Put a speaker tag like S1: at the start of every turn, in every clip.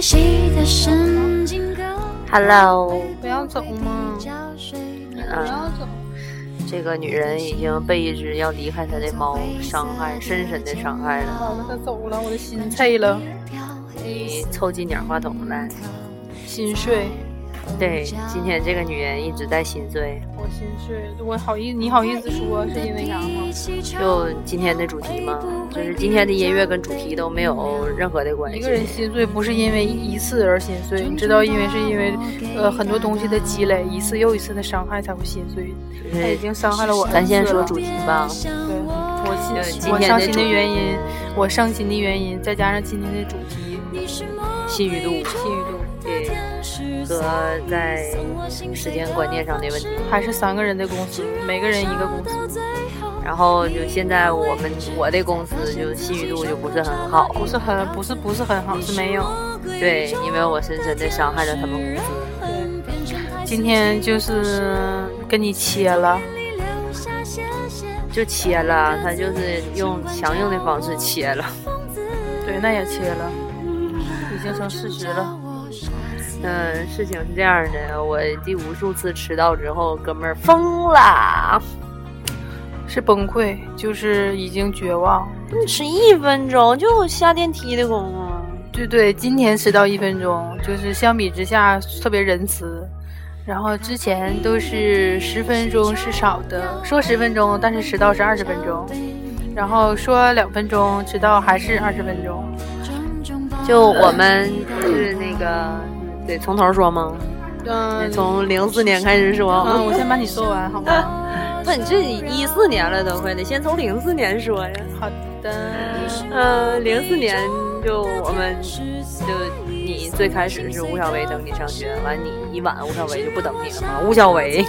S1: 谁的神经够
S2: Hello，呃
S3: 不要走嘛
S1: 浇水
S2: 哎
S3: 你不要走，
S2: 这个女人已经被一只要离开她的猫伤害，深深的伤害了。
S3: 完了，他走了，我的心碎了，
S2: 你凑近点话筒来。
S3: 心碎，
S2: 对，今天这个女人一直在心碎。
S3: 我心碎。我好意，你好意思说是因为啥吗？
S2: 就今天的主题嘛，就是今天的音乐跟主题都没有任何的关
S3: 一个人
S2: 系。
S3: 心碎不是因为一次而心碎，你知道，因为是因为呃很多东西的积累，一次又一次的伤害才会心碎。
S2: 就是
S3: 他已经伤害了我二次了。
S2: 咱先说主题吧。
S3: 对，我
S2: 今
S3: 心我
S2: 天
S3: 伤
S2: 的
S3: 心
S2: 主
S3: 的原因，我伤心的原因，再加上今天的主题，
S2: 信誉度，
S3: 信誉度
S2: 对，和在时间观念上的问题。
S3: 嗯还是三个人的公司，每个人一个公司，
S2: 然后就现在我们我的公司就信誉度就不是很好，
S3: 不是很不是不是很好，是没有。
S2: 对，因为我深深的伤害了他们公司。
S3: 今天就是跟你切了，
S2: 就切了，他就是用强硬的方式切了。
S3: 对，那也切了，已经成事实了。
S2: 嗯，事情是这样的，我第无数次迟到之后，哥们儿疯了。
S3: 是崩溃，就是已经绝望。
S2: 你迟一分钟就下电梯的功夫。
S3: 对对，今天迟到一分钟，就是相比之下特别仁慈。然后之前都是十分钟是少的，说十分钟，但是迟到是二十分钟。然后说两分钟，迟到还是二十分钟。
S2: 就我们不是那个，得从头说吗？
S3: 嗯
S2: 从零四年开始
S3: 嗯，
S2: 说。
S3: 我先把你说完好吗？
S2: 不，你这一四年了都快得，先从零四年说呀。
S3: 好的。
S2: 嗯，零四年就我们就你最开始是吴小维等你上学，完你一晚吴小维就不等你了吗？吴小维。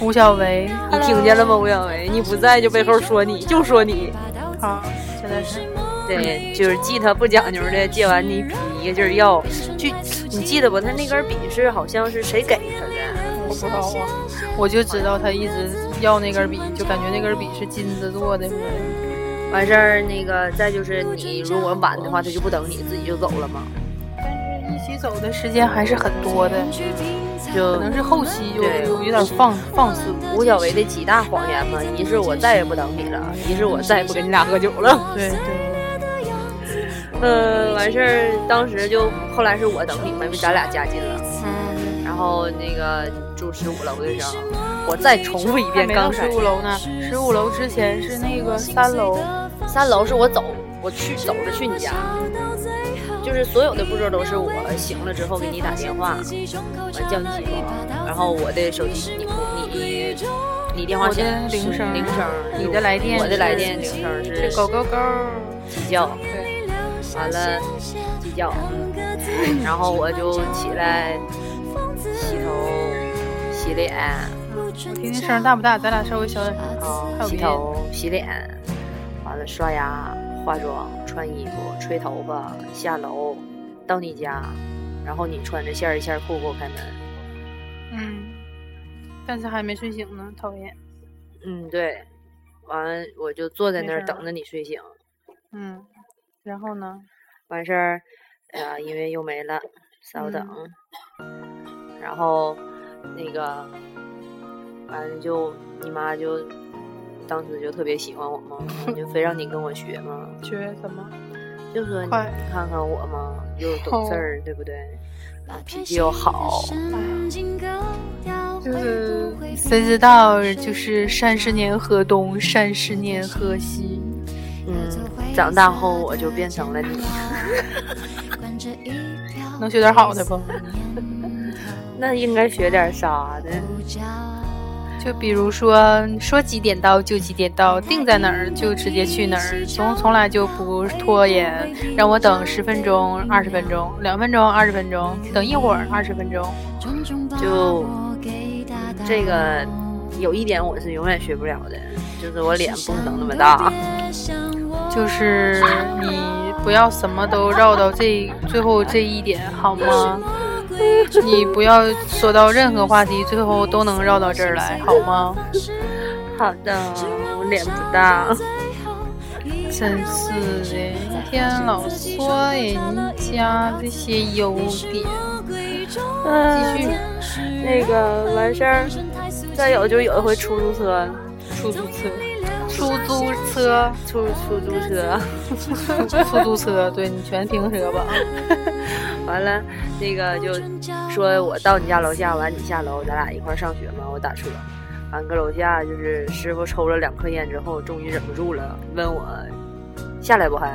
S3: 吴小维，
S2: 你听见了吗，吴小维？你不在就背后说你，就说你。
S3: 好，现在是
S2: 对，就是记他不讲究的，借完你笔一个劲儿要。就你记得不？他那根笔是好像是谁给他的？
S3: 我不知道啊，我就知道他一直要那根笔，就感觉那根笔是金子做的。
S2: 完事儿那个，再就是你如果晚的话，他就不等你，自己就走了嘛。
S3: 一起走的时间还是很多的，可
S2: 就
S3: 能是后期有
S2: 对
S3: 有有点放放肆。
S2: 吴小维的几大谎言嘛，一是我再也不等你了，一是我再也不跟你俩喝酒了。
S3: 对对，
S2: 嗯，完事儿当时就后来是我等你嘛，因为咱俩加近了。
S3: 嗯，
S2: 然后那个住十五楼的时候，我再重复一
S3: 还
S2: 遍
S3: 没到
S2: 刚才
S3: 十五楼呢，十五楼之前是那个三楼，
S2: 三楼是我走，我去走着去你家，就是所有的步骤都是我醒了之后给你打电话，我叫你起床，然后我的手机你不你你电话响
S3: 我的铃声
S2: 铃声，
S3: 你的来电
S2: 我的
S3: 是
S2: 来电铃声是
S3: 是狗狗狗。
S2: 鸡叫，
S3: 对，
S2: 完了鸡 叫，然后我就起来洗头、洗脸，
S3: 我听听声儿大不大？咱俩稍微小点声。
S2: 然后洗头、洗脸，完了刷牙、化妆、穿衣服、吹头发、下楼，到你家，然后你穿着线儿衣线儿裤给我开门。
S3: 嗯，但是还没睡醒呢，讨厌。
S2: 嗯，对。完，我就坐在那儿
S3: 没事儿
S2: 等着你睡醒。
S3: 嗯，然后呢？
S2: 完事儿，哎呀，因为又没了，稍
S3: 嗯
S2: 等。然后那个，完就你妈就当时就特别喜欢我嘛， 就非让你跟我学嘛。
S3: 学什么？
S2: 就说你
S3: 快
S2: 看看我嘛，又懂事儿，对不对？啊，脾气又好，
S3: 就是谁知道，就是三十年河东，三十年河西。
S2: 嗯，长大后我就变成了你。
S3: 能学点好 的不？
S2: 那应该学点啥呢？
S3: 就比如说，说几点到就几点到，定在哪儿就直接去哪儿，从从来就不拖延，让我等十分钟、二十分钟、两分钟、二十分钟，等一会儿二十分钟。
S2: 就这个有一点我是永远学不了的，就是我脸不能那么
S1: 啊
S2: 大。
S3: 就是你不要什么都绕到这最后这一点好吗？ 你不要说到任何话题，最后都能绕到这儿来好吗？
S1: 啊
S2: 好的，我脸不大。
S3: 真是的，天老说人家这些优点，
S1: 继续
S2: 那个完事儿，再有就是有一回出租车，
S1: 出租车，
S3: 出租车，
S2: 出出租车，
S3: 出租车，对你全平车吧？
S2: 完了那个就说我到你家楼下，完你下楼，咱俩一块儿上学嘛，我打车。完搁楼下啊就是师傅抽了两颗烟之后，终于忍不住了，问我下来不还？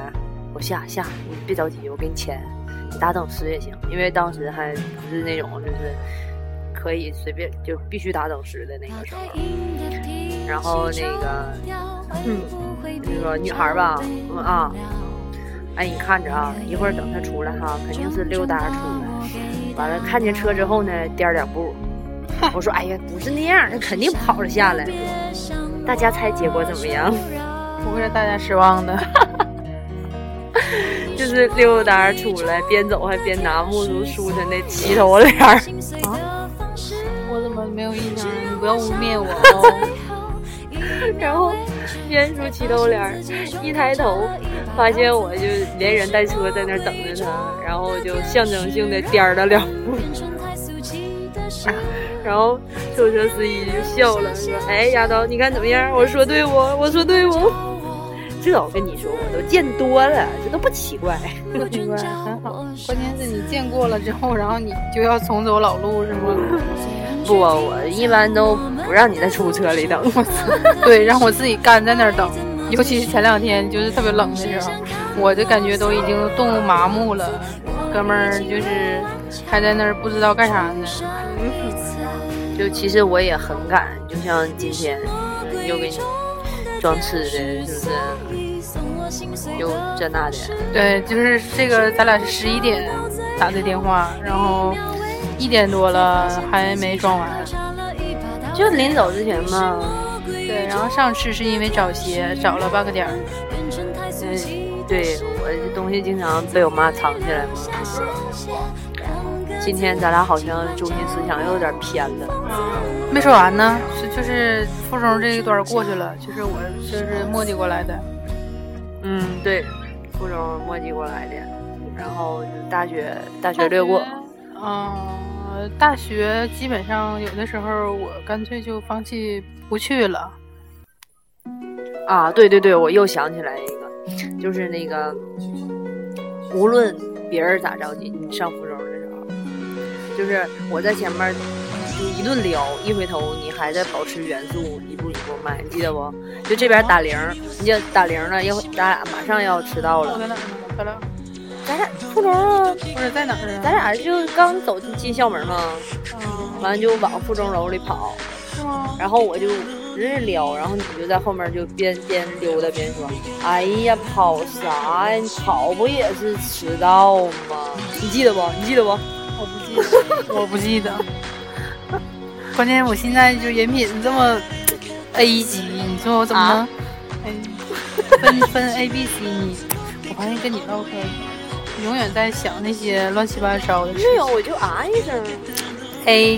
S2: 我下下，你别着急，我给你钱，你打等时也行，因为当时还不是那种就是可以随便就必须打等时的那个时候。然后那个，嗯，那个女孩吧，嗯啊，哎你看着啊，一会儿等她出来哈，肯定是溜达出来。完了看见车之后呢，颠儿两步。我说：“哎呀，不是那样，他肯定跑着下来。”大家猜结果怎么样？
S3: 不会让大家失望的。 嗯
S2: 就是溜达出来，边走还边拿木梳梳他那齐头帘儿。
S3: 啊！我怎么没有印象？你不要污蔑我哦！
S2: 然后边梳齐头帘儿，一抬头发现我就连人带车在那儿等着他，然后就象征性的颠儿了 两步。然后救护车司机就笑了，说：“哎，丫头，你看怎么样？我说对不？我说 对不？这我跟你说，我都见多了，这都不奇怪。
S3: 不奇怪，很好。关键是你见过了之后，然后你就要重走老路，是吗？
S2: 不，我一般都不让你在出租车里等。
S3: 对，让我 自己干在那儿等。尤其是前两天，就是特别冷的时候，我就感觉都已经冻麻木了。哥们儿就是还在那儿不知道干啥呢。
S2: 嗯就其实我也很赶，就像今天又给你装吃的，是不是？又这那的。
S3: 对，就是这个，咱俩是十一点打的电话，然后一点多了还没装完。
S2: 就临走之前嘛，
S3: 对，然后上次是因为找鞋找了半个点儿，
S2: 嗯，对我这东西经常被我妈藏起来嘛。今天咱俩好像中心思想又有点偏了，
S3: 没说完呢，是就是附中这一段过去了，就是我就是磨叽过来的，
S2: 嗯，对，初中墨迹过来的，然后就大学大学略过，
S3: 嗯，大学基本上有的时候我干脆就放弃不去了。
S2: 啊，对对对，我又想起来一个，就是那个，无论别人咋着急，你上福州的时候，就是我在前面就一顿撩，一回头你还在保持原速，一步一步迈，你记得不？就这边打铃儿，你就打铃儿了，一会咱俩马上要迟到
S3: 我
S2: 了，
S3: 在哪儿呢？咱俩
S2: 咱俩福州啊，
S3: 不是在哪儿
S2: 咱
S3: 呢？
S2: 俩就刚走进校门嘛，
S3: 嗯，
S2: 完就往附中楼里跑，
S3: 是吗？
S2: 然后我就直撩，然后你就在后面就边边溜达边说：“哎呀，跑啥呀？你跑不也是迟到吗？你记得不？你记得不？
S3: 我不记得， 我不记得。关键我现在就人品这么 A 级，你说我怎么能？
S2: 啊
S3: 哎，分 分 A B C，你我发现跟你唠嗑，永远在想那些乱七八糟的 事
S2: 没有，我就啊一声，
S3: A，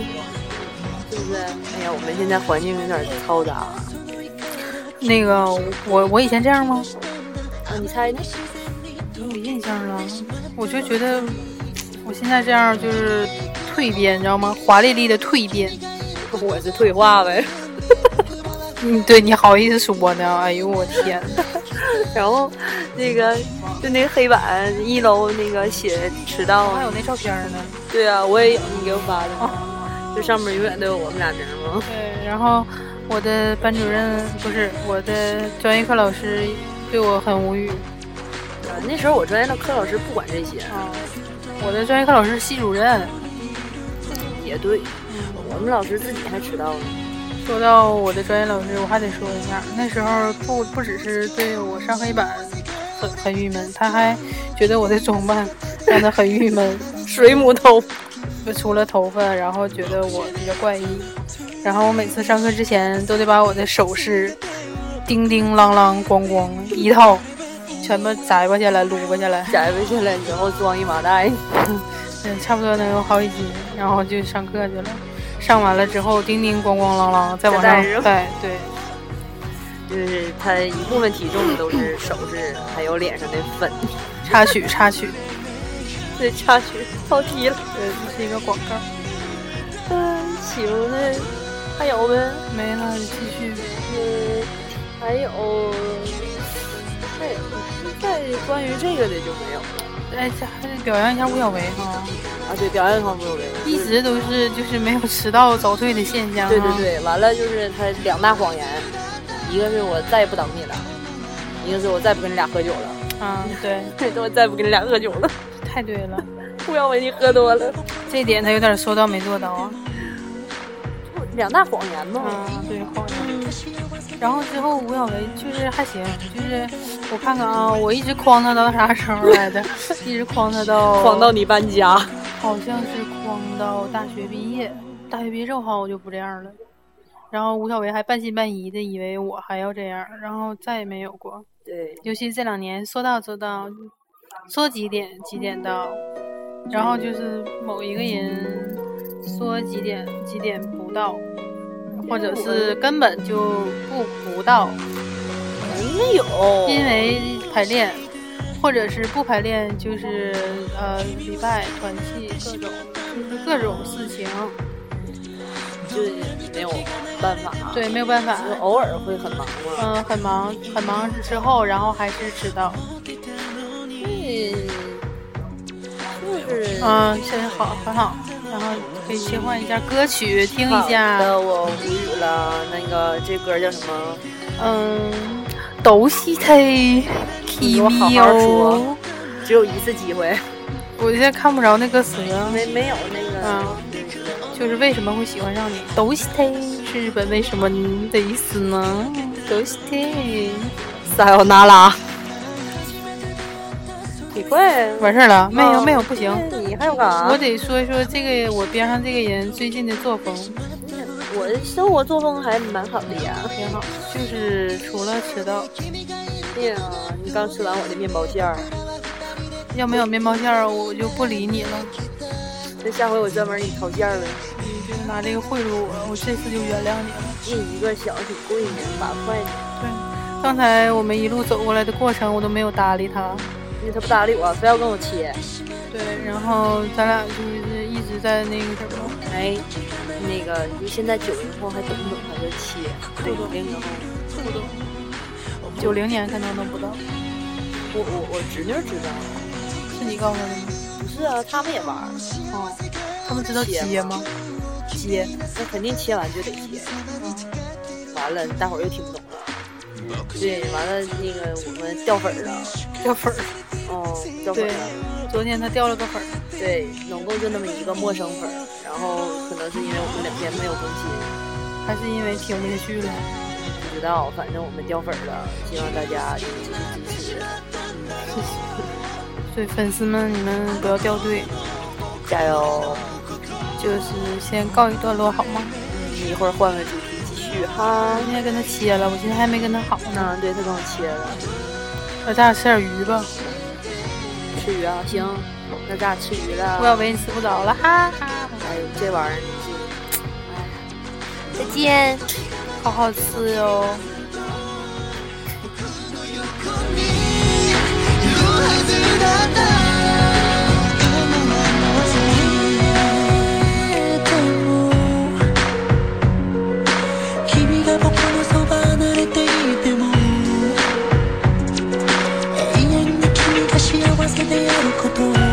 S2: 是不是？哎呀，我们现在环境有点嘈杂。
S3: 那个我我以前这样吗？
S2: 啊，你猜呢？
S3: 没有印象了，我就觉得我现在这样就是蜕变，你知道吗？华丽丽的蜕变。
S2: 我是退化呗。
S3: 嗯，对你好意思说呢？哎呦我天！
S2: 然后那个就那个黑板一楼那个写迟到
S3: 还，有那照片呢。
S2: 对啊，我也有你给我发的嘛，就上面永远都有我们俩名儿嘛。
S3: 对，然后我的班主任不是我的专业课老师对我很无语
S2: 啊那时候我专业的课老师不管这些，
S3: 啊。我的专业课老师是系主任，
S2: 也对，我们老师自己还迟到呢。
S3: 说到我的专业老师，我还得说一下，那时候不不只是对我上黑板很很郁闷，他还觉得我的装扮让他很郁闷。
S2: 水母头。
S3: 就除了头发，然后觉得我比较怪异，然后我每次上课之前都得把我的首饰叮叮啷啷咣咣一套全部摘吧下来撸吧下来，
S2: 摘不下来之后装一麻袋，
S3: 嗯，差不多能有好几斤，然后就上课去了。上完了之后叮叮咣咣啷啷再
S2: 再
S3: 往上
S2: 戴上
S3: 戴，对，
S2: 就是他一部分体重都是首饰，还有脸上的粉。
S3: 插曲，插曲，
S2: 对，插曲跑题了。
S3: 对，这是一个广告，
S2: 嗯，行，那还有呗，
S3: 没了，你继续。
S2: 嗯，还有，还有，再关于这个的就没有了。
S3: 哎，这还得表扬一下吴小维哈，
S2: 啊，对，表演方不有没有，
S3: 一
S2: 就是
S3: 直都是就是没有迟到早退的现象。啊
S2: 对对，对，完了就是他两大谎言，一个是我再也不等你了，一个是我再不跟你俩喝酒了，
S3: 嗯，对，
S2: 这都再不跟你俩喝酒了，
S3: 太对了，
S2: 不要为你喝多了。
S3: 这点他有点说到没做到啊。
S2: 两大谎言嘛，
S3: 嗯，对，晃然后之后吴小维就是还行，就是我看看啊，我一直诓他到啥时候来的？一直诓他到
S2: 谎到你搬家，
S3: 好像是诓到大学毕业，大学毕业之后好像我就不这样了。然后吴小维还半信半疑的以为我还要这样，然后再也没有过。
S2: 对，
S3: 尤其这两年说到做到，说几点几点到，然后就是某一个人说几点几点不到，或者是根本就不不到，
S2: 没有，
S3: 因为排练，或者是不排练就是呃礼拜团契各种就是各种事情，
S2: 就是没有办法，，
S3: 对，没有办法，
S2: 就偶尔会很忙嘛。
S3: 嗯、很忙很忙之后，然后还是迟到，
S2: 嗯就是
S3: 嗯、现在好很好，然后可以切换一下歌曲听一下。
S2: 好的我无语了。那个这歌叫什么？
S3: 嗯，都是他
S2: 你给我好好说。只有一次机会，
S3: 我现在看不着那个词，
S2: 没没有那个。
S3: 嗯就是为什么会喜欢上你？都是他是日本为什么的意思呢？都是他。
S2: 撒有那拉，你会？
S3: 完事儿了？没有
S2: 哦
S3: 没有，不行，
S2: 你还有啊干啥？
S3: 我得说一说这个我边上这个人最近的作风
S2: 我的生活作风还蛮好的呀。
S3: 挺好，就是除了迟到，
S2: 哎呀，你刚吃完我的面包馅儿，
S3: 要没有面包馅儿我就不理你了，
S2: 那下回我专门给你掏馅儿呗。
S3: 你就拿这个贿赂我，我这次就原谅你了。
S2: 一一个小挺贵呢，八块呢。
S3: 对，刚才我们一路走过来的过程，我都没有搭理他。
S2: 那他不搭理我，非要跟我切。
S3: 对，然后咱俩就是一直在那个什么，
S2: 哎，那个就现在九零后还懂不懂他的切？对，零零后。
S3: 不懂。九零年可能都不到，
S2: 我我我侄女知道，
S3: 是你告诉他
S2: 不是啊，他们也玩儿，
S3: 的吗？哦，他们知道接吗？接，
S2: 那肯定切完就得切。
S3: 嗯，
S2: 完了，大伙儿又听不懂了。对，完了那个我们掉粉儿了，
S3: 掉粉儿。
S2: 哦，掉粉儿
S3: 对
S2: 了。，
S3: 昨天他掉了个粉儿。
S2: 对，总共就那么一个陌生粉儿，然后可能是因为我们两天没有更新，
S3: 还是因为听不下去了，
S2: 不知道，反正我们掉粉儿了，希望大家继续支持，
S3: 所以粉丝们，你们不要掉队，
S2: 加油！
S3: 就是先告一段落好吗？
S2: 嗯，一会儿换个主题继续哈
S3: 我。现在跟他切了，我现在还没跟他好呢。
S2: 嗯，对他跟我切了，
S3: 那咱俩吃点鱼吧，
S2: 吃鱼啊，行，那咱俩吃鱼
S3: 我
S2: 了。
S3: 要为你吃不着了，哈哈。
S2: 哎呦，这玩意儿是
S1: 再见。
S3: 好好吃哦。
S4: 「君が僕のそば離れていても」「永遠に君が幸せであることを」